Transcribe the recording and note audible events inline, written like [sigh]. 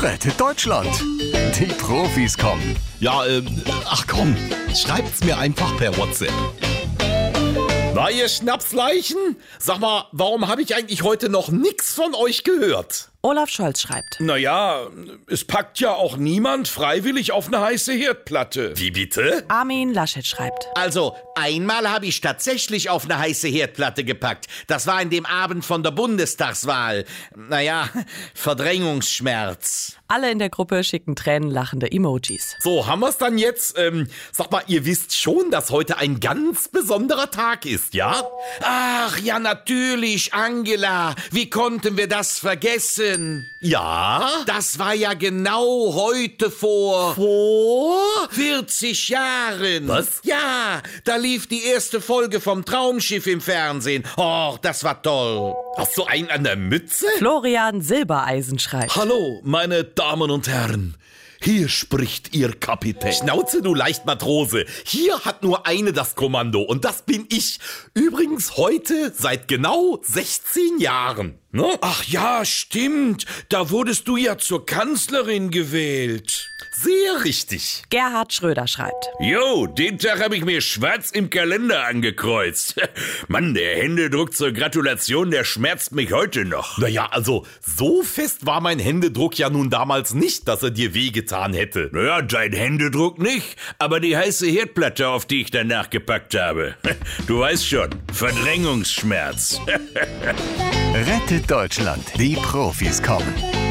rettet Deutschland. Die Profis kommen. Ja, ähm, ach komm, schreibt's mir einfach per WhatsApp. Na, ihr Schnapsleichen? Sag mal, warum habe ich eigentlich heute noch nix von euch gehört? Olaf Scholz schreibt. Naja, es packt ja auch niemand freiwillig auf eine heiße Herdplatte. Wie bitte? Armin Laschet schreibt. Also, einmal habe ich tatsächlich auf eine heiße Herdplatte gepackt. Das war in dem Abend von der Bundestagswahl. Naja, Verdrängungsschmerz. Alle in der Gruppe schicken tränenlachende Emojis. So, haben wir's dann jetzt? Ähm, sag mal, ihr wisst schon, dass heute ein ganz besonderer Tag ist, ja? Ach ja, natürlich, Angela. Wie konnten wir das vergessen? Ja? Das war ja genau heute vor Vor? 40 Jahren. Was? Ja, da lief die erste Folge vom Traumschiff im Fernsehen. Och, das war toll. Hast du einen an der Mütze? Florian Silbereisen schreibt. Hallo, meine Damen und Herren. Hier spricht Ihr Kapitän. Schnauze, du Leichtmatrose. Hier hat nur eine das Kommando und das bin ich. Übrigens heute seit genau 16 Jahren. Ne? Ach ja, stimmt. Da wurdest du ja zur Kanzlerin gewählt. Sehr richtig. Gerhard Schröder schreibt. Jo, den Tag habe ich mir schwarz im Kalender angekreuzt. [laughs] Mann, der Händedruck zur Gratulation, der schmerzt mich heute noch. Naja, also so fest war mein Händedruck ja nun damals nicht, dass er dir wehgetan hätte. Ja, dein Händedruck nicht, aber die heiße Herdplatte, auf die ich danach gepackt habe. [laughs] Du weißt schon, Verdrängungsschmerz. Rettet Deutschland. Die Profis kommen.